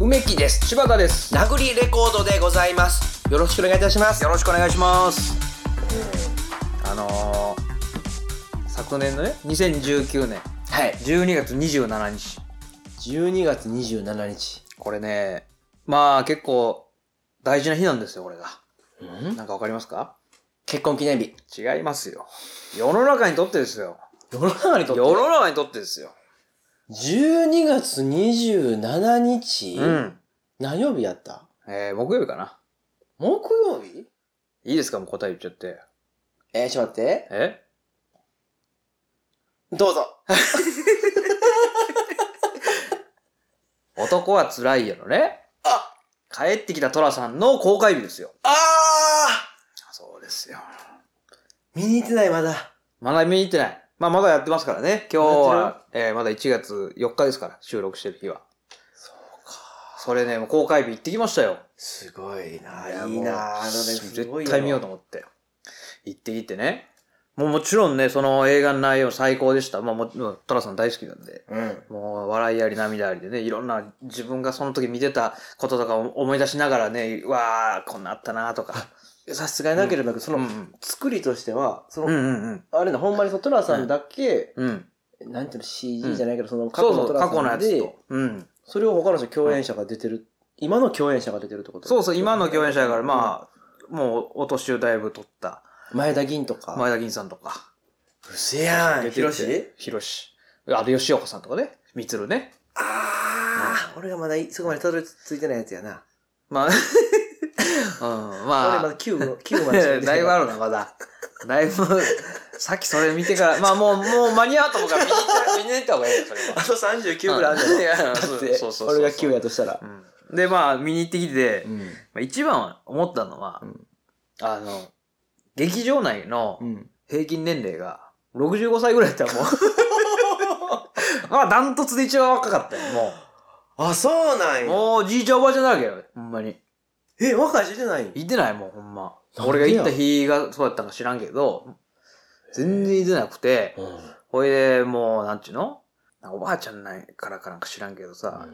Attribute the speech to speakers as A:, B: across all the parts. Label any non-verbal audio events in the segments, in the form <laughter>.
A: 梅木です柴田です
B: 殴りレコードでございますよろしくお願いいたします
C: よろしくお願いします。あのー昨年のね、2019年
B: はい
C: 12月27日。
B: 12月27日
C: これね、まあ結構大事な日なんですよ、これが。
B: ん
C: なんかわかりますか
B: 結婚記念日
C: 違いますよ。世の中にとってですよ。
B: 世の中にと
C: 世
B: って
C: の中にとってですよ。
B: 12月27日、
C: うん。
B: 何曜日やった
C: えー、木曜日かな。
B: 木曜日
C: いいですかもう答え言っちゃって。
B: えー、ちょっと待って
C: え
B: どうぞ
C: 男は辛いよのね。
B: あ
C: 帰ってきた寅さんの公開日ですよ。
B: あ
C: そうですよ。
B: ー見に行ってないまだ
C: まだ見に行ってない。まあまだやってますからね。今日は、えーまだ1月4日ですから、収録してる日は。そうか。それね、もう公開日行ってきましたよ。
B: すごいない
C: や
B: いいなあのねすごい
C: 絶対見ようと思って。行ってきてね。もうもちろんね、その映画の内容最高でした。まあもちろん、トラさん大好きなんで。
B: うん
C: もう笑いあり涙ありでね、いろんな自分がその時見てたこととかを思い出しながらね、うわー、こんなあったなと
B: <laughs>
C: か。
B: さすがになければなく、その、
C: うんうん
B: 作りとしてはその、
C: うんうんうん。
B: あれなほんまにそのトラさんだけ、
C: うん。
B: なんていうの
C: う
B: CG
C: ん
B: じゃないけど、その過
C: そう
B: 去
C: そ
B: の
C: う、
B: トラ
C: 過去の
B: さ
C: や
B: ん
C: つ
B: で
C: と。うん。
B: それを他の人共演者が出てる、今の共演者が出てるってこと
C: そうそう、今の共演者やから、まあ、もうお年をだいぶ取った、
B: 前田銀とか
C: 前田銀さんとか。
B: うせや
C: 出ててひろし。あと、吉岡さんとかね。みつるね。
B: ああ、俺がまだいそこまでたどり着いてないやつやな。
C: まあ、
B: <laughs>
C: うん、ま
B: 俺
C: あ
B: まだ、9の、9までし <laughs> か出
C: <laughs>
B: てな
C: だいぶあるな、まだ。だいぶ、さっきそれ見てから、まあもう、もう間に合うと思うから、見に行った見に行った方がいいよ、それは。
B: あと39
C: ぐ
B: ぐらいあるんだよ。
C: だ
B: だって、
C: そうそうそうそう
B: 俺が9やとしたら
C: う。んで、まあ、見に行ってきて、
B: ん。
C: まあ一番思ったのは、
B: うん
C: あの、劇場内の、
B: うん。
C: 平均年齢が65歳ぐらいだったらもうまあダントツで一番若かったよも
B: あ、そうなん
C: う。もうじいちゃんおばあちゃんだらけよほんまに
B: え、若い人じゃないん
C: 行ってないもうほんま
B: なんでや
C: 俺が行った日がそうだったんか知らんけど全然行ってなくてほいでもうなんちゅうのなんかおばあちゃんないからかなんか知らんけどさ、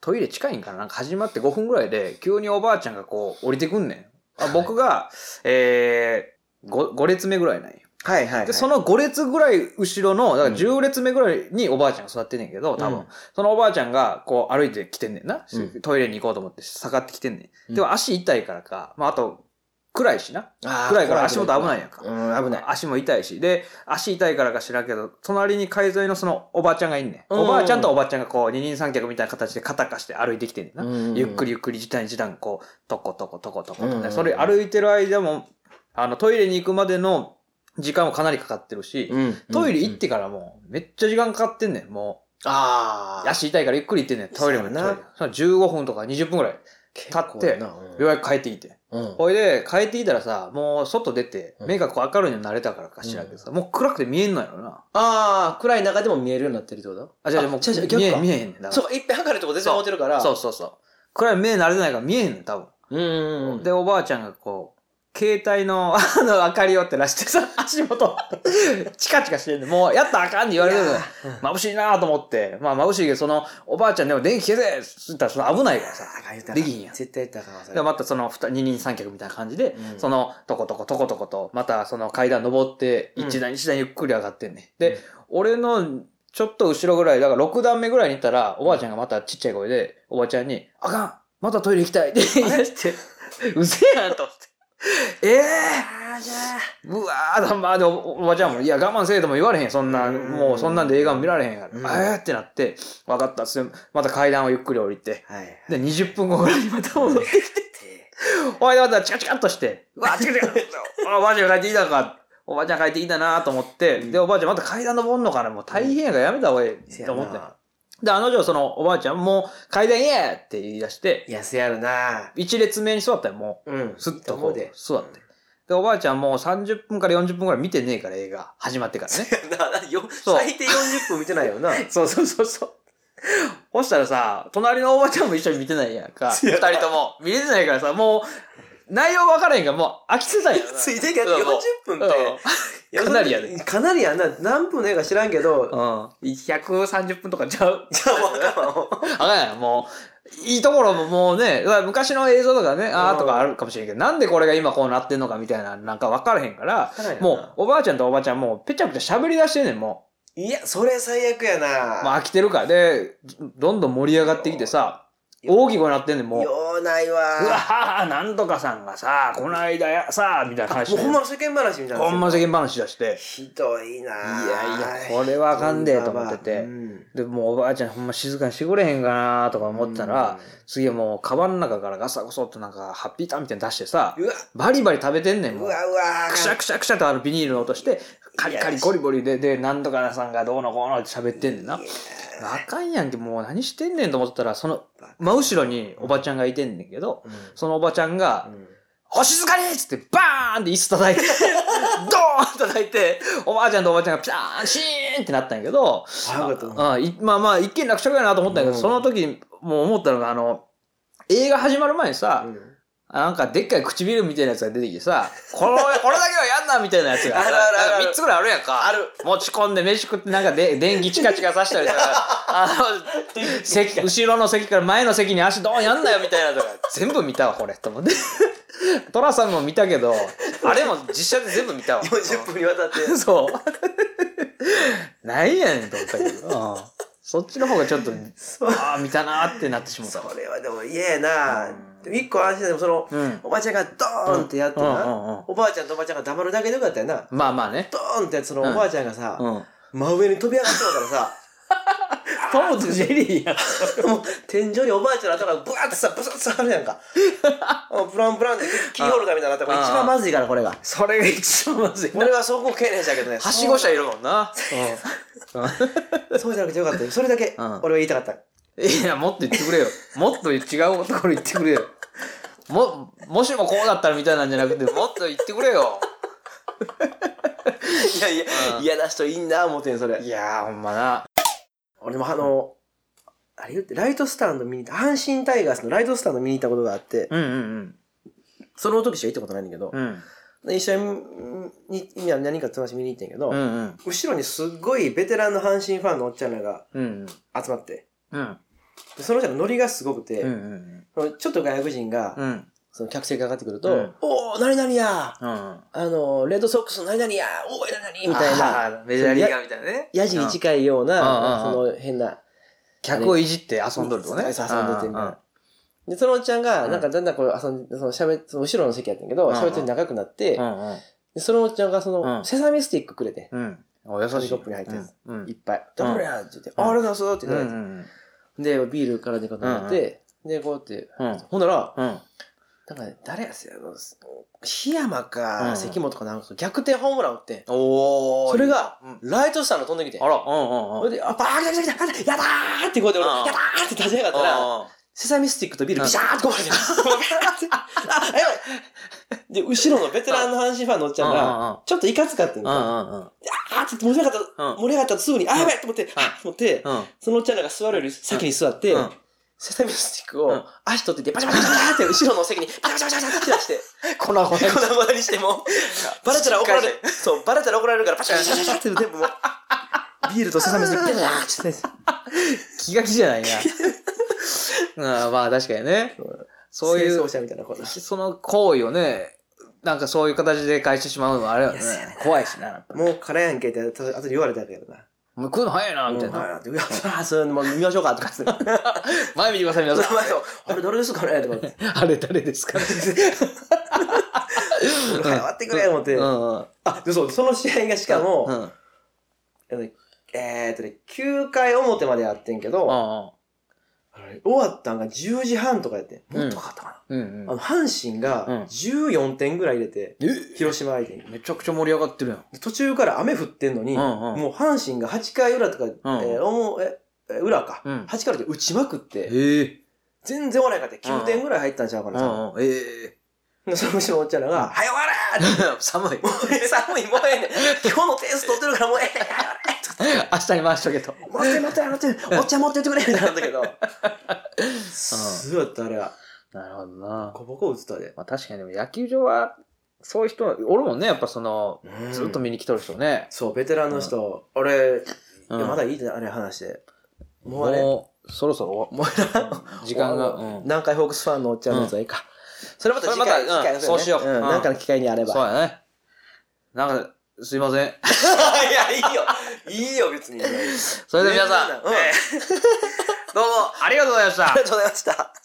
C: トイレ近いんかななんか始まって5分ぐらいで急におばあちゃんがこう降りてくんねんあ僕が、えー、5, 列目ぐらいなんよ
B: はいはい。
C: で、そ、の5列ぐらい後ろの、だから10列目ぐらいにおばあちゃんが座ってんねんけど、多分、
B: うん
C: そのおばあちゃんがこう歩いてきてんねんな。
B: うん
C: トイレに行こうと思って下がってきてんねん。
B: うん
C: でも足痛いからか、まああと、暗いしな。暗
B: 暗
C: いから足元危ない
B: い。
C: やんか。
B: うん、危ない。
C: 足も痛いし。で、足痛いからか知らんけど、隣に海沿いのそのおばあちゃんがいんねん。
B: うん
C: おばあちゃんとおばあちゃんがこう、二人三脚みたいな形で肩貸して歩いてきてんねんな。ゆっくり
B: り。
C: ゆっくり時短時短こうトコトコトコトコと
B: うんうんう
C: ね
B: ん
C: それ歩いてる間もあのトイレに行くまでの時間もかなりかかってるし
B: うん。
C: トイレ行っ。てからもうめっちゃ時間かかってんねんも
B: あ
C: う
B: あ。
C: 足痛いからゆっくり行ってんねんトイレも
B: そうやな
C: トイレその15分とか20分ぐらい立ってようやく帰ってきて
B: うん。
C: ほいで帰ってきたらさもう外出て
B: うん
C: 目がこう明るいのに慣れたからか知らんけどさもう暗くて見えんのやろな
B: ああ、暗い中でも見えるようになってるってこと
C: あじゃあもう
B: 違う違う
C: 見
B: 逆
C: え
B: か
C: 見えへんねんだか
B: そうか、いっぺん測るとこ全然思ってるからら。
C: そうそうそう暗い目慣れてないから見えへんねん多分
B: うんうんうん。
C: で、おばあちゃんがこう、携帯の、 <laughs> あの、明かりを照らしてさ、足元、チカチカしてんで、もう、やったらあかんって言われるの。眩しいなと思って、まあ、眩しいけど、その、おばあちゃんでも電気消せっつったら、その危ないからさ。で
B: で
C: き
B: き
C: ひん
B: ん
C: や
B: や
C: ん
B: ん。絶対やったらあかんわそれ
C: で、またその二、二人三脚みたいな感じで、
B: うん
C: その、とことことことこと、またその階段登って、
B: うん
C: 一段一段ゆっくり上がってんね。で、
B: うん
C: 俺の、ちょっと後ろぐらい、だから6段目ぐらいに行ったら、おばあちゃんがまたちっちゃい声で、おばあちゃんに、あかんまたトイレ行きたいって言い出して、うせえやんと思
B: <laughs>
C: って。え
B: あーじゃあ
C: えうわー、まあでおおばちゃんも、いや、我慢せえとも言われへん、そんな、
B: うん
C: もうそんなんで映画も見られへんから、
B: うん
C: ええってなって、わかったっつって、また階段をゆっくり降りて、
B: はい。
C: で、20分後ぐらいにまた戻って、
B: <laughs>
C: おいでまたチカチカっとして、うわ、チカチカっとあおばあちゃん帰ってきたか。おばあちゃん帰ってきたなと思って、
B: うん
C: で、おばあちゃんまた階段登んのかな、もう大変やからやめた方がいいと思って。で、あの女はそのおばあちゃんもう階段やーって言い出して、
B: いや、せやろな。
C: 一列目に座ったよ、も
B: うん
C: う。すっと
B: 思
C: こ
B: う
C: う
B: で。
C: 座って。で、おばあちゃんもう30分から40分ぐらい見てねえから、映画始まってからね。
B: な、よ、
C: そう
B: <laughs> 最低40分見てないよな。
C: そうそうそうそう。そしたらさ、隣のおばちゃんも一緒に見てないやんか。
B: い
C: 二
B: や
C: 人とも。見れてないからさ、もう、内容分からへんから、もう飽きてたんやろな。
B: ついてきゃ40分って。い
C: うんかなりやで。
B: ね。かなりやな。何分の映画知らんけ
C: う
B: <laughs> ど。
C: ん。130分とかちゃう。
B: じゃあもう我慢を。
C: あかんやん、もう。いいところももうね、うわ昔の映像とかね、あーとかあるかもしれんけど、なんでこれが今こうなってんのかみたいな、なんか分からへんから、もう、おばあちゃんとおばあちゃんもう、ぺちゃくちゃ喋り出してんねん、も
B: う。いや、それ最悪や
C: う。
B: な。
C: まあ飽きてるから。で、どんどん盛り上がってきてさ、大きい声になってんねん、もう。
B: ようないわ。
C: うわーなんとかさんがさ、この間やさ、みたいな話
B: もう
C: で。
B: ほんまの世間話みたいな。
C: ほんま世間話出して。
B: ひど
C: いやい
B: いな。
C: や、これはあかんで、と思ってて。
B: うん
C: で、もうおばあちゃんほんま静かにしてくれへんかなとか思ってたら、、次はもうカバンの中からガサゴソってなんかハッピーターンみたいに出してさ
B: う、わ、
C: バリバリ食べてんねん
B: う
C: もう。
B: わ、うわ。
C: くしゃくしゃくしゃとあのビニールの音して、カリカリゴリゴリで、で、なんとかさんがどうのこうのって喋ってんねんな。
B: いや
C: あかんやんけ、もう何してんねんと思ってたら、その真後ろにおばちゃんがいてんねんけど、
B: うん
C: そのおばちゃんが、
B: うん
C: お静かにっつって、バーンって椅子叩い
B: <laughs>
C: て、ドーン叩いて、おばあちゃんとおばあちゃんがピターン、シーンってなったんやけど、
B: あよかった
C: あいまあまあ、一見落着やなと思ったんやけど、
B: うん
C: その時、もう思ったのが、あの、映画始まる前にさ、
B: うん
C: なんかでっかい唇みたいなやつが出てきてさ、こ
B: <laughs>
C: れ、これだけはやんなみたいなやつが。
B: あるあるある
C: なんか三つぐらいあるやんか。
B: ある。
C: 持ち込んで飯食ってなんかで電気チカチカさしたりと
B: <laughs>
C: か、あの、席、後ろの席から前の席に足ドーンやんなよみたいなとか、全部見たわ、これ、と思って。 <laughs> トラさんも見たけど、あれも実写で全部見た <laughs> わ。
B: 40分にわたって。
C: そう。 <laughs> ないやねんと思ったけど。うんそっちの方がちょ <laughs> っと、ああ、見たなーってなってしまったわ。
B: それはでも嫌やな
C: うん。
B: でも一個安心でもその、
C: うん。
B: おばあちゃんがドーンってやって
C: うんうんうん
B: な。おばあちゃんとおばあちゃんが黙るだけでよかったよな。
C: まあまあね。
B: ドーンってやつその
C: うん
B: おばあちゃんがさ、
C: うん。
B: 真上に飛び上がってたからさ、
C: トムとジェリー <laughs> や。
B: もう天井におばあちゃんの頭がブワーってさ、ブスッと下がるやんか。もうプランプランってキーホルダーみたいになったこれ
C: あ
B: 一番まずいから、これが。
C: それが一番まずいな。
B: 俺はそこ経験したけどね。
C: はしご車いるもんな。
B: そうじゃなくてよかったよ。それだけ
C: うん
B: 俺は言いたかった。
C: いや、もっと言ってくれよ。もっと違うところ言ってくれよ。も、もしもこうだったらみたいなんじゃなくて、もっと言ってくれよ。
B: いやいや
C: うん
B: 嫌な人いいな思ってんそれ
C: いやー、ほんまな。
B: 俺もあのあれ言ってライトスタンド見に行った阪神タイガースのライトスタンド見に行ったことがあって
C: うんうん
B: その時しか行ったことないんだけど
C: うん。うん。
B: で一緒にみんな何か友達見に行ったんやけど、
C: うんうん。
B: 後ろにすっごいベテランの阪神ファンのおっちゃんらが
C: うん
B: 集まって
C: うん。
B: でその人のノリがすごくて、
C: うんうん。
B: そのちょっと外国人が、
C: うん。
B: その客席が上がってくると「
C: うん
B: おお何々や
C: うん。
B: あのレッドソックスの何々やおお何々」みたいな
C: な。メジャーリーガーみたいなね。
B: ヤジに近いような、
C: うん
B: その変な。
C: 客をいじって遊んどるとね。
B: そう遊んでてみたいな
C: う。
B: で、そのおっちゃんが、
C: うん
B: なんかだんだんこう遊んで、その喋っその後ろの席やったんやけど、
C: うんうん
B: 喋ってる仲良くなって、
C: んうん。
B: でそのおっちゃんがその、
C: うん
B: セサミスティックくれて、
C: うんうん。お優しい。
B: 紙コップに入ったやつ
C: うん。うん
B: いっぱい。どれやって言って、
C: うん
B: あありがとうございますっ
C: う
B: て
C: ん
B: 言
C: う
B: っ
C: ん
B: て、で、ビールからでかくなって、で、こうやって、
C: うん。
B: ほんなら、
C: うん。
B: なんかね、誰やすよ、あの檜山
C: う
B: か、
C: ん
B: 関本かなんか逆転ホームラン打って、
C: お
B: それ、が
C: うん、
B: ライトスタンド飛んできて、
C: あら、うんうん
B: そ
C: うん。
B: れで、あ、バー来た来た来た来たやだーってこうやって
C: うん
B: 俺、やだーって立ち上がったら、セサミスティックとビールビシャーって壊れ
C: <laughs>
B: てる。あ、やばい。で、後ろのベテランの阪神ファンのおっちゃんが、
C: ら、
B: ちょっといかつかってん
C: うん
B: か
C: う
B: あ
C: んうん。
B: ーって盛り上がった、
C: うん
B: 盛り上がったとすぐに、あ、やばいと思って、あと思って、
C: うん。
B: そのおっちゃんらが座るより先に座って、
C: うん
B: セサミスティック
C: うん
B: を足取ってて、バチャバチャバチャって後ろの席に、バチャバチャバチャバチャって出して、
C: 粉々
B: 粉々にしても、バレたら怒られる。そう、バレたら怒られるから、バチャバチャバチャって全 <laughs> 部もう、ビールとセサミスティック、ビャーって
C: 気が気じゃ <laughs> ないな。うん、まあ確かにね。そうい
B: 清
C: う
B: 掃、者みたいなこと。
C: その行為をね、なんかそういう形で返してしまうのはあれよね
B: いやそうや。
C: 怖いしな。
B: もうからやんけって、後で言われたけどな。
C: もう食うの早いな、みたい
B: うん
C: な。
B: はいいや、そら、そういうのも見ましょうか、とか <laughs> つって。
C: 前見てください、皆さん。
B: あれ、誰ですかねとかって。 <laughs>
C: あれ誰ですか
B: 俺早わってくれ、思って
C: う。んうん。
B: あ、でそう、その試合がしか
C: うん
B: も、
C: うん
B: あのえーっとね、9回表までやってんけ
C: う
B: ど、
C: ん
B: あれ終わったんが10時半とかやってん。
C: うん
B: もっとかかったか
C: うん
B: な。
C: うん。
B: あの、阪神
C: うん
B: が14点ぐらい入れて、
C: え
B: 広島相手に。
C: めちゃくちゃ盛り上がってるやん。
B: で途中から雨降ってんのに、
C: うんうん。
B: もう阪神が8回裏とか、えーおもええ裏か。
C: うん
B: 8回裏で打ちまくって、
C: ええ。
B: 全然終わらへんかって、9点ぐらい入ったんちゃうか
C: う
B: な、多分
C: んうん。ええ。 <laughs>
B: でその後ろのおっちゃんら
C: うん
B: が、早終われーって
C: 寒い。 <laughs>
B: もうええ寒い、もうええねん。今日のテスト取ってるからもうええねん早終われーって
C: 明日に回しとけと。
B: 待って待って待って、お茶持ってってくれみたいなんだけど。すごいやった、あれは。
C: なるほどな
B: ボ。コボコ打つとで。
C: まあ確かにでも野球場は、そういう人は、おるもんね、やっぱその、
B: うん
C: ずっと見に来とる人ね。
B: そう、ベテランの人、俺、
C: う
B: いや
C: ん
B: まだいいね、あれ話で。もうあれ、
C: もう、そろそろ
B: <laughs>
C: 終
B: もう
C: わ、時間が、うん。
B: 南海ホークスファンのおっちゃんのやつはいいか。 <laughs> それまた
C: それま
B: 次
C: た
B: 回、機
C: う
B: 会
C: ん
B: だね
C: そうしようんうん
B: なんかの機会にあれば。
C: そうやね。なんか、すいません。
B: <laughs> いや、いいよ。いいよ、別に。そ
C: それでは皆さん、
B: うん、あり
C: どうもありがとうございました
B: がとうございました。